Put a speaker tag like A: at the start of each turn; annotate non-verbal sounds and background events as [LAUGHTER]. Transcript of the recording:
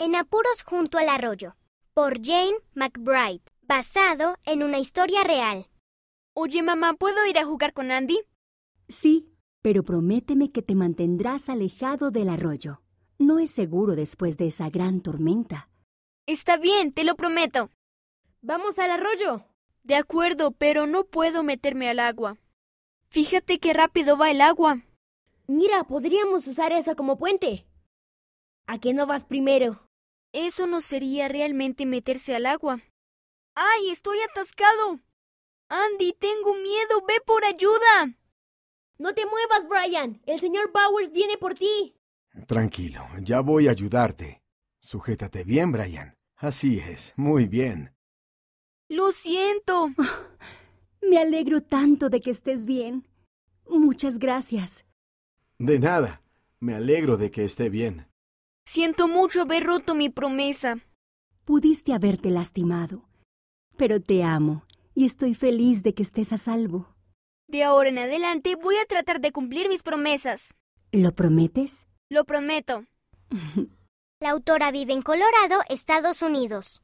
A: En apuros junto al arroyo, por Jane McBride, basado en una historia real.
B: Oye, mamá, ¿puedo ir a jugar con Andy?
C: Sí, pero prométeme que te mantendrás alejado del arroyo. No es seguro después de esa gran tormenta.
B: Está bien, te lo prometo.
D: Vamos al arroyo.
B: De acuerdo, pero no puedo meterme al agua. Fíjate qué rápido va el agua.
D: Mira, podríamos usar eso como puente. ¿A qué no vas primero?
B: Eso no sería realmente meterse al agua. ¡Ay, estoy atascado! Andy, tengo miedo, ve por ayuda.
D: No te muevas, Brian. El señor Bowers viene por ti.
E: Tranquilo, ya voy a ayudarte. Sujétate bien, Brian. Así es, muy bien.
B: Lo siento.
C: Me alegro tanto de que estés bien. Muchas gracias.
E: De nada. Me alegro de que esté bien.
B: Siento mucho haber roto mi promesa.
C: Pudiste haberte lastimado, pero te amo y estoy feliz de que estés a salvo.
B: De ahora en adelante voy a tratar de cumplir mis promesas.
C: ¿Lo prometes? [LAUGHS]
B: Lo prometo.
A: La autora vive en Colorado, Estados Unidos.